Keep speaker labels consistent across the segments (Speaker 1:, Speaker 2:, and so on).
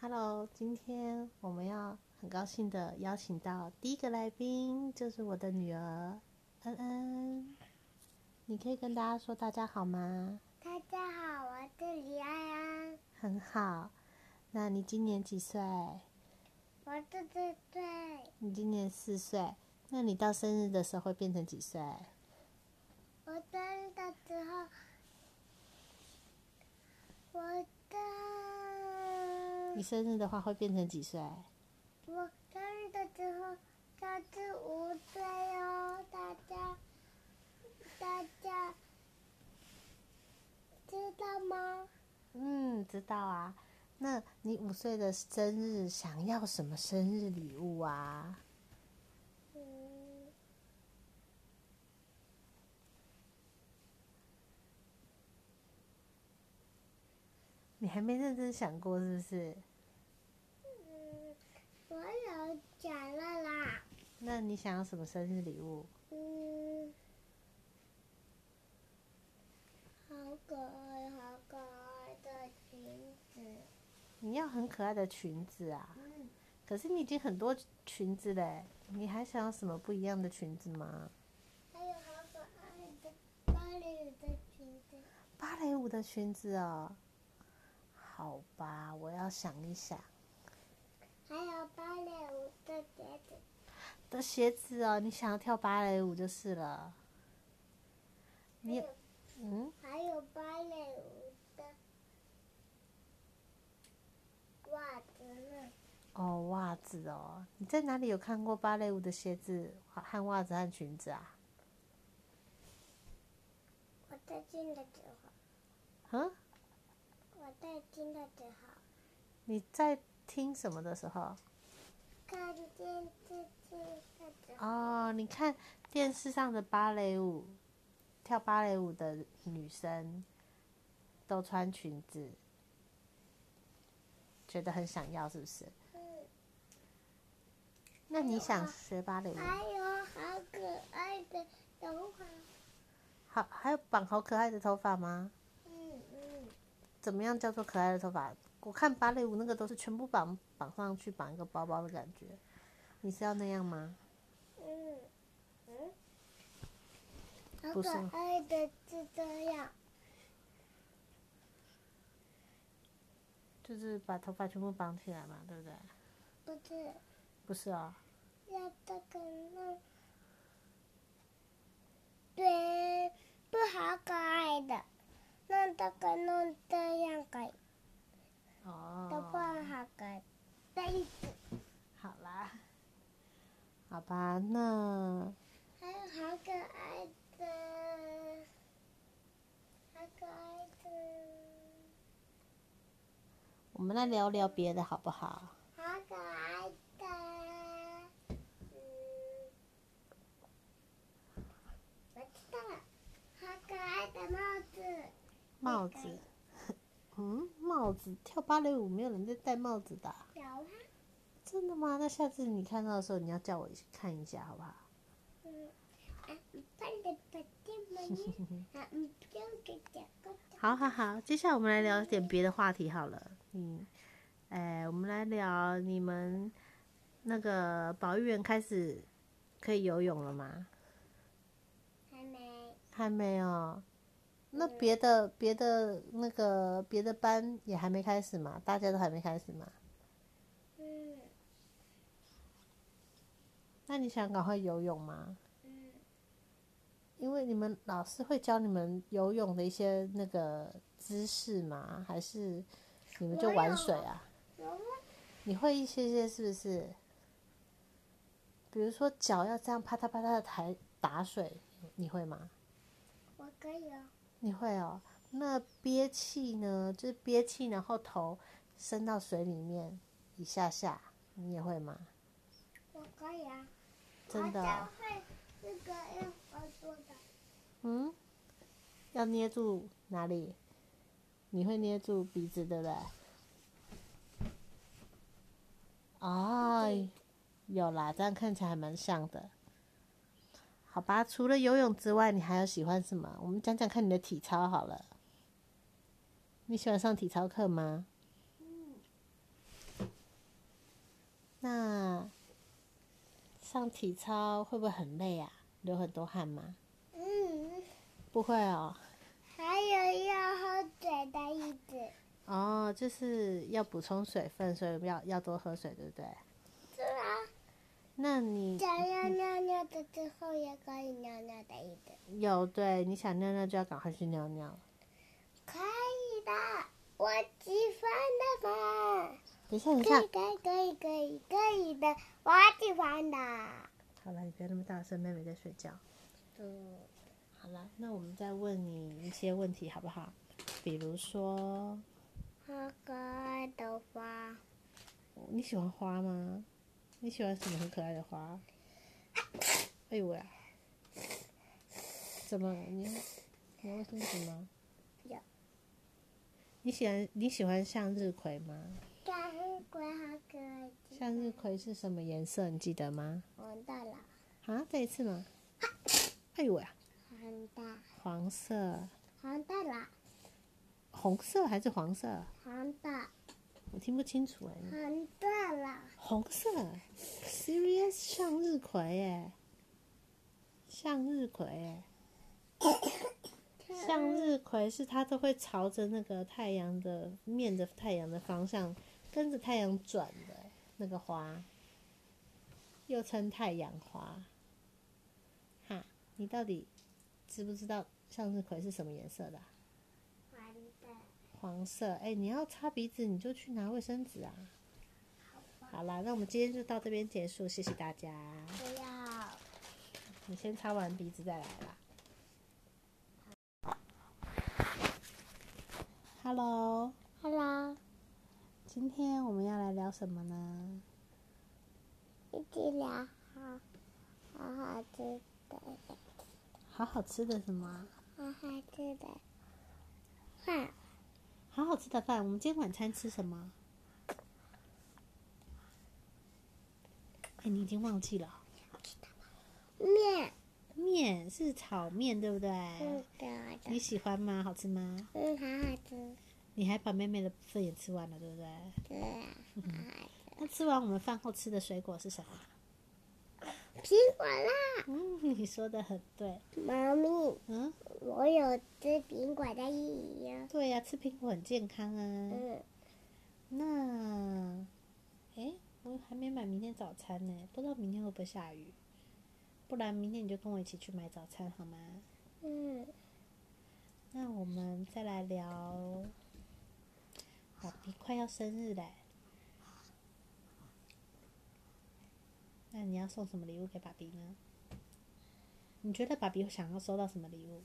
Speaker 1: Hello，今天我们要很高兴的邀请到第一个来宾，就是我的女儿恩恩。你可以跟大家说大家好吗？
Speaker 2: 大家好，我是李安安，
Speaker 1: 很好。那你今年几岁？
Speaker 2: 我是四岁，
Speaker 1: 你今年四岁。那你到生日的时候会变成几岁？
Speaker 2: 我生日的时候，我
Speaker 1: 你
Speaker 2: 的
Speaker 1: 生日的话会变成几岁？
Speaker 2: 我生日的时候，他是五岁哦，大家大家知道吗？
Speaker 1: 嗯，知道啊。那你五岁的生日想要什么生日礼物啊？
Speaker 2: 嗯，
Speaker 1: 你还没认真想过是不是？
Speaker 2: 嗯我有讲了啦，
Speaker 1: 那你想要什么生日礼物？
Speaker 2: 嗯，好可爱，好可爱的裙子。
Speaker 1: 你要很可爱的裙子啊！
Speaker 2: 嗯，
Speaker 1: 可是你已经很多裙子嘞，你还想要什么不一样的裙子吗？
Speaker 2: 还有好可爱的芭蕾舞的裙子。
Speaker 1: 芭蕾舞的裙子哦。好吧，我要想一想。
Speaker 2: 还有芭蕾舞的鞋子。
Speaker 1: 的鞋子哦，你想要跳芭蕾舞就是了。
Speaker 2: 还
Speaker 1: 你
Speaker 2: 有
Speaker 1: 嗯，
Speaker 2: 还有芭蕾舞的袜子呢。
Speaker 1: 哦，袜子哦，你在哪里有看过芭蕾舞的鞋子、和袜子和裙子啊？
Speaker 2: 我在进的时候，
Speaker 1: 嗯，
Speaker 2: 我在进的时候
Speaker 1: 你在听什么的时候？
Speaker 2: 看见自己的时候，
Speaker 1: 哦，你看电视上的芭蕾舞，跳芭蕾舞的女生都穿裙子，觉得很想要，是不是？
Speaker 2: 嗯，
Speaker 1: 那你想
Speaker 2: 哇
Speaker 1: 学芭蕾舞？
Speaker 2: 还有好可爱的头发。
Speaker 1: 好，还有绑好可爱的头发吗？
Speaker 2: 嗯嗯，
Speaker 1: 怎么样叫做可爱的头发？我看芭蕾舞那个都是全部绑绑上去，绑一个包包的感觉。你是要那样吗？
Speaker 2: 嗯嗯，
Speaker 1: 不是
Speaker 2: 好可
Speaker 1: 吗
Speaker 2: 爱的是这样。
Speaker 1: 就是把头发全部绑起来嘛，对不对？
Speaker 2: 不是，
Speaker 1: 不是哦，
Speaker 2: 要这个弄，对，不好可爱的，弄这个弄这样可以，都不
Speaker 1: 哦，
Speaker 2: 好可爱。在一起，
Speaker 1: 好啦，好吧，那
Speaker 2: 还有好可爱的，好可爱的，
Speaker 1: 我们来聊聊别的好不好？
Speaker 2: 好可爱的，嗯，我知道了，好可爱的帽子。
Speaker 1: 帽子， 嗯，帽子，跳芭蕾舞没有人在戴帽子的啊、
Speaker 2: 有啊，
Speaker 1: 真的吗？那下次你看到的时候，你要叫我去看一下，好不好？
Speaker 2: 嗯，啊，不能不这么呢，啊，不要给讲个
Speaker 1: 好好好，接下来我们来聊一点别的话题好了。嗯，哎，我们来聊你们那个保育员开始可以游泳了吗？
Speaker 2: 还没，
Speaker 1: 还没有。那别的别的那个别的班也还没开始嘛？大家都还没开始嘛？
Speaker 2: 嗯
Speaker 1: 那你想赶快游泳吗？
Speaker 2: 嗯，
Speaker 1: 因为你们老师会教你们游泳的一些那个姿势吗？还是你们就玩水啊？
Speaker 2: 有啊，
Speaker 1: 你会一些些是不是？比如说脚要这样啪嗒啪嗒的抬打水，你会吗？
Speaker 2: 我可以哦，
Speaker 1: 你会哦。那憋气呢？就是憋气，然后头伸到水里面一下下，你也会吗？
Speaker 2: 我可以啊，
Speaker 1: 真的
Speaker 2: 我
Speaker 1: 哦、
Speaker 2: 就会那个要我做的，
Speaker 1: 嗯，要捏住哪里？你会捏住鼻子，对不对？哦，有啦，这样看起来还蛮像的。好吧，除了游泳之外，你还有喜欢什么？我们讲讲看你的体操好了。你喜欢上体操课吗？
Speaker 2: 嗯，
Speaker 1: 那上体操会不会很累啊？流很多汗吗？
Speaker 2: 嗯，
Speaker 1: 不会哦。
Speaker 2: 还有要喝水的意思。
Speaker 1: 哦，就是要补充水分，所以要要多喝水，对不对？
Speaker 2: 是啊，
Speaker 1: 那你
Speaker 2: 想要尿尿的时候也可以尿尿的意思。
Speaker 1: 嗯有对你想尿尿就要赶快去尿尿了。
Speaker 2: 可以的，我喜欢的嘛。
Speaker 1: 等一下，等一
Speaker 2: 可
Speaker 1: 下
Speaker 2: 以，，可以，可以，可以，可以的，我喜欢的。
Speaker 1: 好了，你不要那么大声，妹妹在睡觉。
Speaker 2: 嗯，
Speaker 1: 好了，那我们再问你一些问题好不好？比如说，
Speaker 2: 好可爱的花。
Speaker 1: 你喜欢花吗？你喜欢什么很可爱的花？哎呦喂、啊！怎么？你要你要卫生纸吗？
Speaker 2: 有。
Speaker 1: 你喜欢你喜欢向日葵吗？
Speaker 2: 向日葵好可爱。
Speaker 1: 向日葵是什么颜色？你记得吗？
Speaker 2: 完蛋了，
Speaker 1: 啊，再一次吗？哎呦喂、啊！
Speaker 2: 完蛋，
Speaker 1: 黄色、
Speaker 2: 完蛋了，
Speaker 1: 红色还是黄色？
Speaker 2: 完蛋，
Speaker 1: 我听不清楚哎、
Speaker 2: 完蛋了，
Speaker 1: 红色，serious 向日葵哎，向日葵哎，向日葵是它都会朝着那个太阳的面的太阳的方向，跟着太阳转的那个花，又称太阳花。哈，你到底知不知道向日葵是什么颜色的啊、
Speaker 2: 完蛋，
Speaker 1: 黄色。哎、你要擦鼻子，你就去拿卫生纸啊。好啦，那我们今天就到这边结束，谢谢大家。
Speaker 2: 不要。
Speaker 1: 你先擦完鼻子再来啦。Hello，
Speaker 2: Hello，
Speaker 1: 今天我们要来聊什么呢？
Speaker 2: 一起聊好好好吃的，
Speaker 1: 好好吃的什么啊？
Speaker 2: 好好吃的饭，
Speaker 1: 好好吃的饭。我们今天晚餐吃什么？哎、你已经忘记了。
Speaker 2: 面
Speaker 1: 面是炒面，对不对？
Speaker 2: 是的
Speaker 1: 你
Speaker 2: 的，
Speaker 1: 喜欢吗？好吃吗？
Speaker 2: 嗯，好好吃
Speaker 1: 你还把妹妹的部分也吃完了，对不对？
Speaker 2: 的，好
Speaker 1: 那吃完我们饭后吃的水果是什么？
Speaker 2: 好苹果啦，
Speaker 1: 嗯， 你说的很对。
Speaker 2: 妈咪，
Speaker 1: 嗯，
Speaker 2: 我有吃苹果的意义哦。
Speaker 1: 对呀、吃苹果很健康啊。
Speaker 2: 嗯，
Speaker 1: 那，诶，我还没买明天早餐呢，不知道明天会不会下雨。不然明天你就跟我一起去买早餐好吗？
Speaker 2: 嗯，
Speaker 1: 那我们再来聊，爸比快要生日嘞。那你要送什么礼物给爸比呢？你觉得爸比想要收到什么礼物？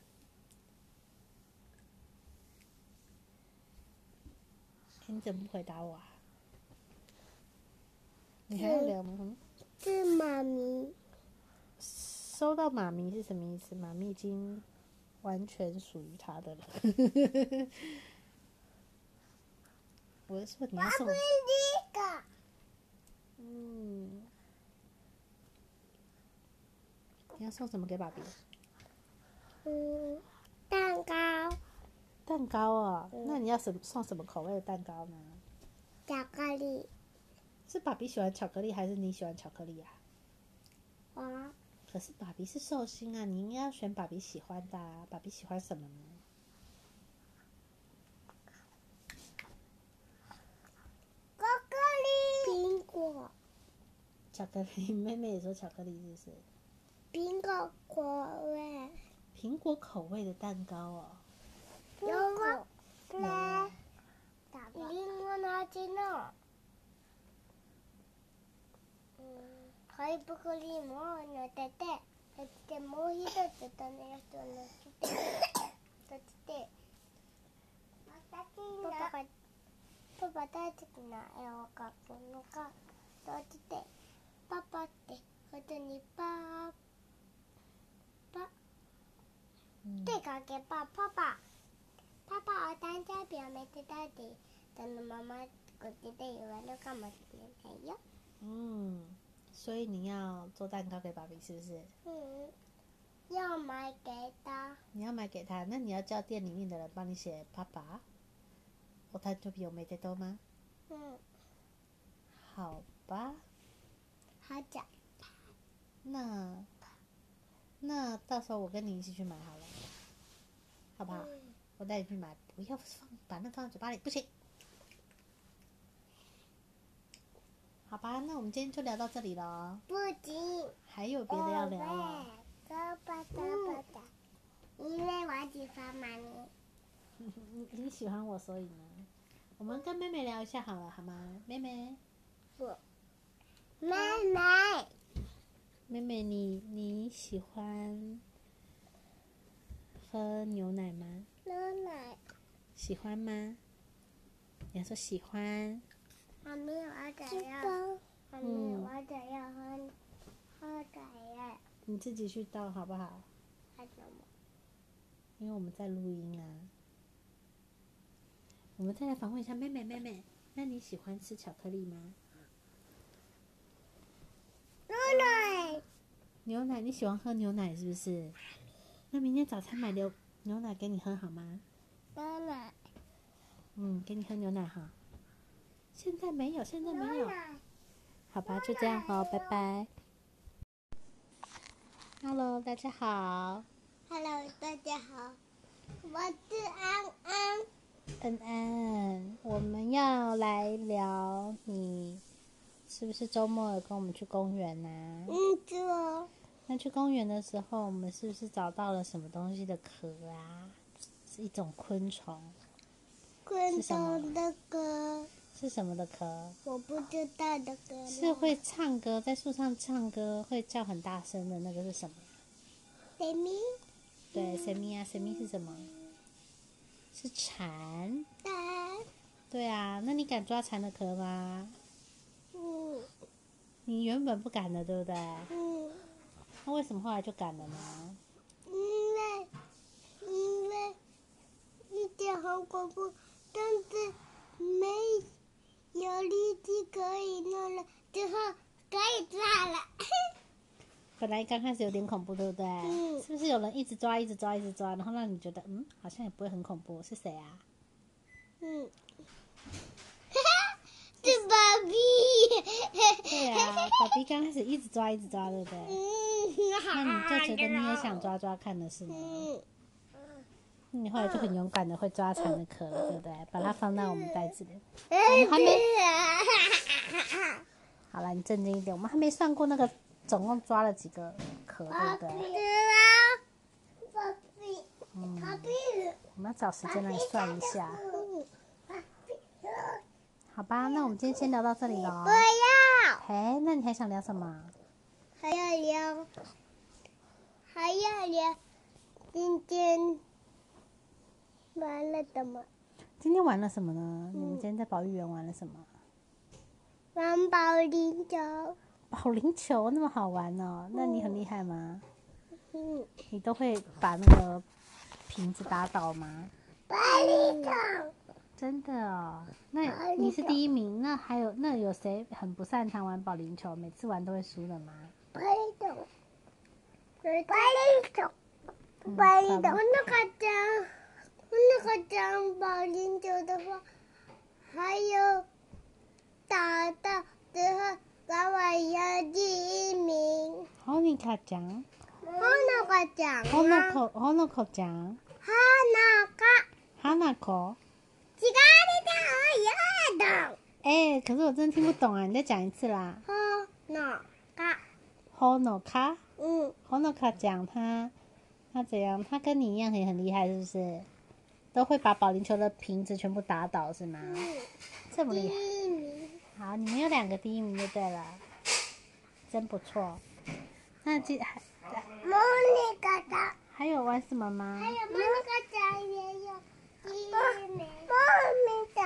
Speaker 1: 诶你怎么不回答我啊？你还要聊吗？嗯
Speaker 2: 嗯是妈咪，
Speaker 1: 收到妈咪是什么意思？妈咪已经完全属于他的了。我是说你要
Speaker 2: 我
Speaker 1: 送
Speaker 2: 不，是这个，
Speaker 1: 嗯，你要送什么给爸比？
Speaker 2: 嗯，蛋糕，
Speaker 1: 蛋糕哦，
Speaker 2: 嗯
Speaker 1: 那你要什么送什么口味的蛋糕呢？
Speaker 2: 巧克力，
Speaker 1: 是爸比喜欢巧克力还是你喜欢巧克力啊？
Speaker 2: 我
Speaker 1: 可是爸比是寿星啊，你应该要选爸比喜欢的、啊。爸比喜欢什么呢？
Speaker 2: 巧克力，苹果，
Speaker 1: 巧克力， 妹妹也说巧克力是不是？
Speaker 2: 苹果口味，
Speaker 1: 苹果口味的蛋糕哦。
Speaker 2: 有果
Speaker 1: 有啊
Speaker 2: 嘞，柠檬拿去弄。嗯，可以不可以摸呢？对对，だってもう一つとのやつを乗せて、乗せて。パパが、パパ大好きな絵を描くのが、乗せて、パパって普通にパーパ
Speaker 1: 嗯
Speaker 2: 手かけばパパパパお誕生日おめでとうってそのまま口で言われるかもしれないよ
Speaker 1: 嗯，所以你要做蛋糕给爸比是不是？
Speaker 2: うん4枚消えた
Speaker 1: 你要买给他，那你要叫店里面的人帮你写“爸爸”，我誕生日有没得多吗？
Speaker 2: うん
Speaker 1: 好吧，
Speaker 2: 好讲，
Speaker 1: 那那到时候我跟你一起去买好了，好不好？
Speaker 2: 嗯
Speaker 1: 我带你去买，不要放，把那放在嘴巴里，不行。好吧，那我们今天就聊到这里了，
Speaker 2: 不行，
Speaker 1: 还有别的要
Speaker 2: 我
Speaker 1: 聊啊吗？
Speaker 2: 喂，爸爸爸爸，因为我喜欢妈咪，
Speaker 1: 你你喜欢我，所以呢，我们跟妹妹聊一下好了，好吗？妹妹，
Speaker 2: 妹妹，
Speaker 1: 妹妹，你你喜欢喝牛奶吗？
Speaker 2: 奶奶，
Speaker 1: 喜欢吗？你要说喜欢，
Speaker 2: 妈咪，我想要，妈咪，我想要喝喝奶呀，
Speaker 1: 你自己去倒好不好？
Speaker 2: 还有什么？
Speaker 1: 因为我们在录音啊。我们再来访问一下妹妹，妹妹，那你喜欢吃巧克力吗？
Speaker 2: 奶奶，
Speaker 1: 牛奶，你喜欢喝牛奶是不是？那明天早餐买牛牛奶给你喝好吗？
Speaker 2: 奶奶，
Speaker 1: 嗯，给你喝牛奶哈。现在没有，现在没有，
Speaker 2: 奶。
Speaker 1: 好吧，就这样哦，拜拜。Hello，大家好，
Speaker 2: Hello，大家好，我是安安。
Speaker 1: 安安，我们要来聊你是不是周末有跟我们去公园啊？
Speaker 2: 嗯，是哦。
Speaker 1: 那去公园的时候，我们是不是找到了什么东西的壳啊？是一种昆虫，
Speaker 2: 昆
Speaker 1: 是什么
Speaker 2: 虫的歌，
Speaker 1: 是什么的壳？
Speaker 2: 我不知道的歌。
Speaker 1: 是会唱歌，在树上唱歌，会叫很大声的那个是什么？
Speaker 2: 谁咪
Speaker 1: 对，神秘啊，神秘是什么？是蝉。
Speaker 2: 哒？
Speaker 1: 对啊，那你敢抓蝉的壳吗？
Speaker 2: 嗯
Speaker 1: 你原本不敢的，对不对？
Speaker 2: 嗯，
Speaker 1: 那为什么后来就敢了呢？
Speaker 2: 因为因为一点红果果，但是没有力气可以弄了，之后可以抓了。
Speaker 1: 本来刚开始有点恐怖，对不对？
Speaker 2: 嗯
Speaker 1: 是不是有人一直抓，一直抓，一直抓，然后让你觉得嗯，好像也不会很恐怖？是谁啊？
Speaker 2: 嗯，是宝贝。
Speaker 1: 对啊，爸比刚开始一直抓，一直抓，对不对？那
Speaker 2: 那
Speaker 1: 你就觉得你也想？抓抓看的是吗？
Speaker 2: 嗯，
Speaker 1: 那你后来就很勇敢的会抓蝉的壳了，对不对？把它放到我们袋子里。
Speaker 2: 我
Speaker 1: 还没
Speaker 2: 没。
Speaker 1: 好了，你正经一点，我们还没算过那个总共抓了几个壳，对不对？
Speaker 2: 宝贝，宝贝，
Speaker 1: 我们要找时间来算一下，好吧？那我们今天先聊到这里喽
Speaker 2: 不。要，
Speaker 1: 哎，那你还想聊什么？
Speaker 2: 还要聊，还要聊，今天玩了什么？
Speaker 1: 今天玩了什么呢？你们今天在保育园玩了什么？
Speaker 2: 玩保龄球。
Speaker 1: 保龄球那么好玩哦，那你很厉害吗？
Speaker 2: 嗯，
Speaker 1: 你都会把那个瓶子打倒吗？
Speaker 2: 保龄球。
Speaker 1: 真的哦，那
Speaker 2: 保龄球
Speaker 1: 你是第一名，那还有那有谁很不擅长玩保龄球，每次玩都会输的吗？
Speaker 2: バレード。バレー
Speaker 1: 嗯
Speaker 2: ド。バレード。ほのかちゃん。ほのかちゃん、バリンチョだわ。はよ。たた。では。わわやじみん。ほ
Speaker 1: 好，你卡讲，
Speaker 2: のかちゃん。
Speaker 1: 好
Speaker 2: は
Speaker 1: 那口，好那口讲，
Speaker 2: なか。
Speaker 1: 哈那口。
Speaker 2: 違うれたやだ。
Speaker 1: 哎、可是我真的听不懂啊！你再讲一次啦。
Speaker 2: ほのか。
Speaker 1: Hono 卡
Speaker 2: うん。
Speaker 1: ，Hono 卡讲他，他怎样？他跟你一样也很厉害，是不是？都会把保龄球的瓶子全部打倒是吗？这么
Speaker 2: い
Speaker 1: 厉
Speaker 2: いみ。
Speaker 1: 害！好，你们有两个第一名就对了，真不错。那这还
Speaker 2: もんでかた。
Speaker 1: 还有玩什么吗？
Speaker 2: 还有猫个大也有妹妹，猫咪的，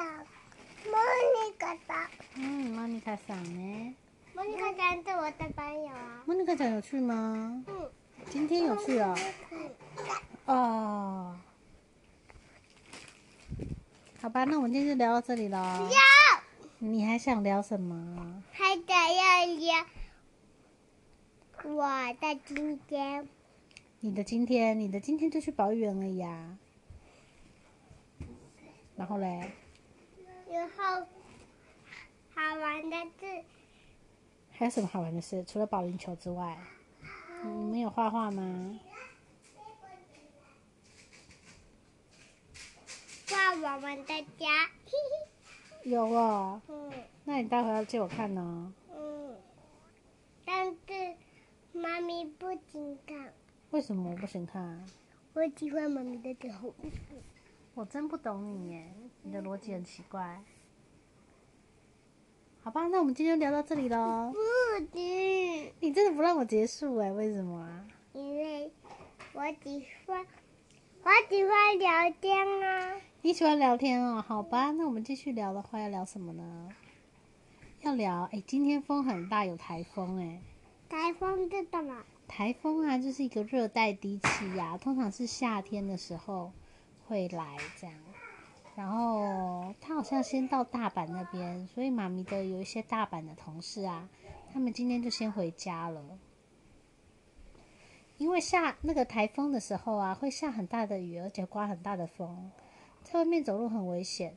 Speaker 2: 猫咪个大，
Speaker 1: 嗯，莫妮卡桑呢？
Speaker 2: 猫咪个大是我的朋友啊。
Speaker 1: 莫妮卡讲有趣吗？
Speaker 2: 嗯，
Speaker 1: 今天有趣哦。
Speaker 2: 嗯
Speaker 1: 哦。好吧，那我们今天就聊到这里喽。
Speaker 2: 要
Speaker 1: 你还想聊什么？
Speaker 2: 还得要聊我的今天，
Speaker 1: 你的今天，你的今天就去保育园而已啊。然后嘞，
Speaker 2: 然后好玩的是
Speaker 1: 还有什么好玩的事？除了保龄球之外，你们有画画吗？
Speaker 2: 画我们的家，嘿嘿，
Speaker 1: 有哦，
Speaker 2: 嗯
Speaker 1: 那你待会要借我看哦。
Speaker 2: 嗯，但是妈咪不紧看，
Speaker 1: 为什么我不行看啊？
Speaker 2: 我喜欢妈咪的头。
Speaker 1: 我真不懂你耶，你的逻辑很奇怪。好吧，那我们今天就聊到这里喽。
Speaker 2: 不行。
Speaker 1: 你真的不让我结束哎？为什么啊？
Speaker 2: 因为我喜欢，我喜欢聊天啊。
Speaker 1: 你喜欢聊天哦？好吧，那我们继续聊的话要聊什么呢？要聊哎，今天风很大，有台风哎。
Speaker 2: 台风是什么？
Speaker 1: 台风啊，就是一个热带低气压，通常是夏天的时候会来这样。然后它好像先到大阪那边，所以妈咪的有一些大阪的同事啊，他们今天就先回家了。因为下那个台风的时候啊，会下很大的雨，而且刮很大的风，在外面走路很危险，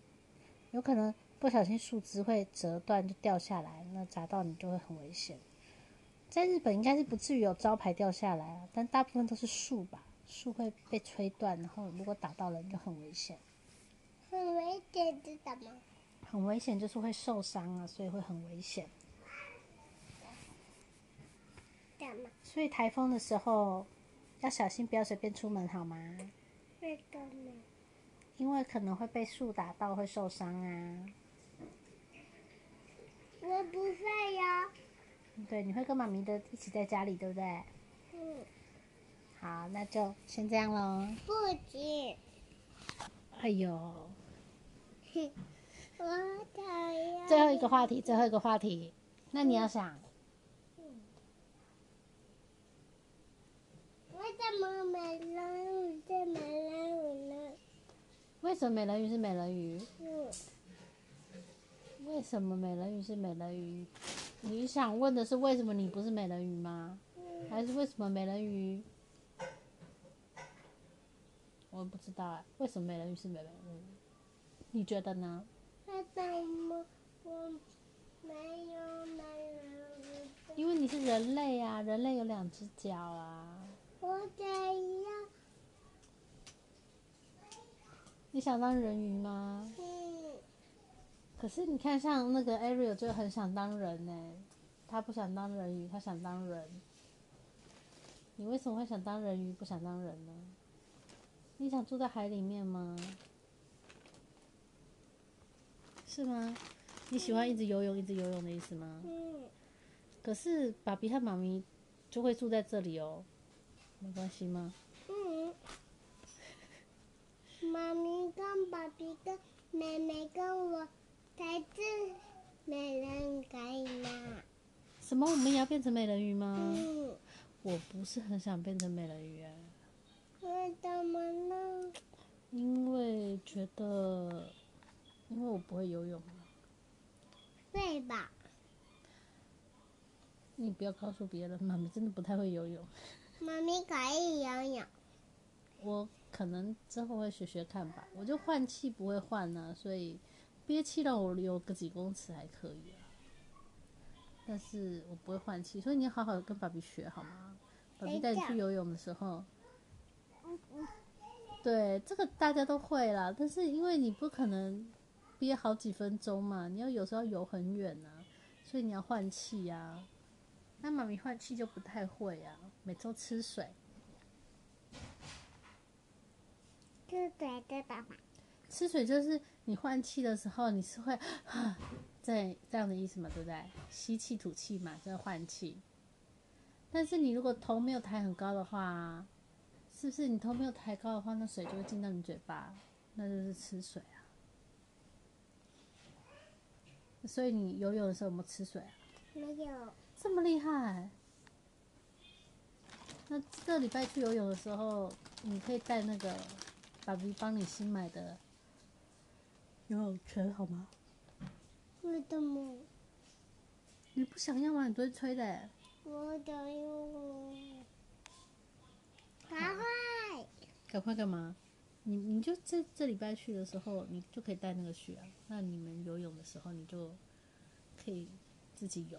Speaker 1: 有可能不小心树枝会折断就掉下来，那砸到你就会很危险。在日本应该是不至于有招牌掉下来啊，但大部分都是树吧，树会被吹断，然后如果打到人就很危险，
Speaker 2: 很危险是什么？
Speaker 1: 很危险就是会受伤啊，所以会很危险。
Speaker 2: 什么？
Speaker 1: 所以台风的时候要小心，不要随便出门好吗？
Speaker 2: 为什么？
Speaker 1: 因为可能会被树打到，会受伤啊。
Speaker 2: 我不会呀。
Speaker 1: 对，你会跟妈咪的一起在家里，对不对？
Speaker 2: 嗯，
Speaker 1: 好，那就先这样喽。
Speaker 2: 不行。
Speaker 1: 哎呦，
Speaker 2: 我讨厌。
Speaker 1: 最后一个话题，最后一个话题，那你要想，
Speaker 2: 为什么美人鱼是美人鱼呢？
Speaker 1: 为什么美人鱼是美人鱼？
Speaker 2: 嗯，
Speaker 1: 为什么美人鱼是美人鱼？你想问的是为什么你不是美人鱼吗？还是为什么美人鱼？我不知道哎，为什么美人鱼是美人鱼？你觉得呢？
Speaker 2: 为什么我没有美人鱼？
Speaker 1: 因为你是人类啊，人类有两只脚啊。
Speaker 2: 我想要。
Speaker 1: 你想当人鱼吗？
Speaker 2: 嗯，
Speaker 1: 可是你看，像那个 Ariel 就很想当人呢、他不想当人鱼，他想当人。你为什么会想当人鱼，不想当人呢？你想住在海里面吗？是吗？你喜欢一直游泳，一直游泳的意思吗？
Speaker 2: 嗯，
Speaker 1: 可是爸比和妈咪就会住在这里哦，没关系吗？
Speaker 2: 嗯，妈咪跟爸比跟妹妹跟我才是美人可以吗？
Speaker 1: 什么？我们也要变成美人鱼吗？
Speaker 2: 嗯，
Speaker 1: 我不是很想变成美人鱼哎、
Speaker 2: 为什么呢？
Speaker 1: 因为觉得，因为我不会游泳啊，
Speaker 2: 对吧？
Speaker 1: 你不要告诉别人，妈妈真的不太会游泳。
Speaker 2: 妈咪可以游泳，
Speaker 1: 我可能之后会学学看吧，我就换气不会换呢、所以憋气让我游个几公尺还可以啊。但是我不会换气，所以你要好好跟爸比学好吗？爸比带你去游泳的时候，对这个大家都会啦，但是因为你不可能憋好几分钟嘛，你要有时候游很远呐、所以你要换气呀、那妈咪换气就不太会啊，每周吃水。
Speaker 2: 是谁的爸爸？
Speaker 1: 吃水就是你换气的时候，你是会 这这样的意思嘛，对不对？吸气吐气嘛，就是换气。但是你如果头没有抬很高的话，是不是你头没有抬高的话，那水就会进到你嘴巴，那就是吃水啊。所以你游泳的时候有没有吃水啊？
Speaker 2: 没有，
Speaker 1: 这么厉害？那这个礼拜去游泳的时候，你可以带那个爸比帮你新买的游泳圈好吗？
Speaker 2: 为什么？
Speaker 1: 你不想要吗？你都会吹的欸。
Speaker 2: 我的泳，赶快！
Speaker 1: 赶快干嘛？你你就这这礼拜去的时候，你就可以带那个去啊。那你们游泳的时候，你就可以自己游。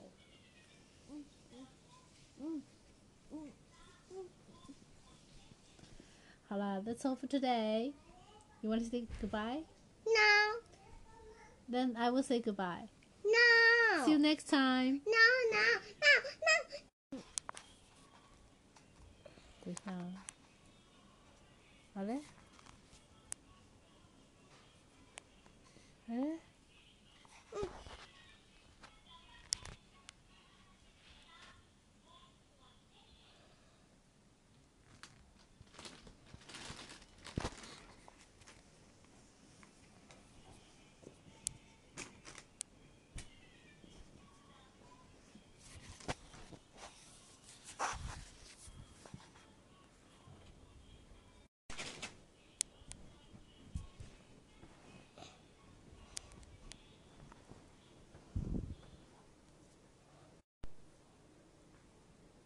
Speaker 1: 好啦，That's all for today. You want to say goodbye?
Speaker 2: No,
Speaker 1: Then I will say goodbye.
Speaker 2: no,
Speaker 1: See you next time.
Speaker 2: no, no, no, no.
Speaker 1: 等一下哦。好嘞。哎。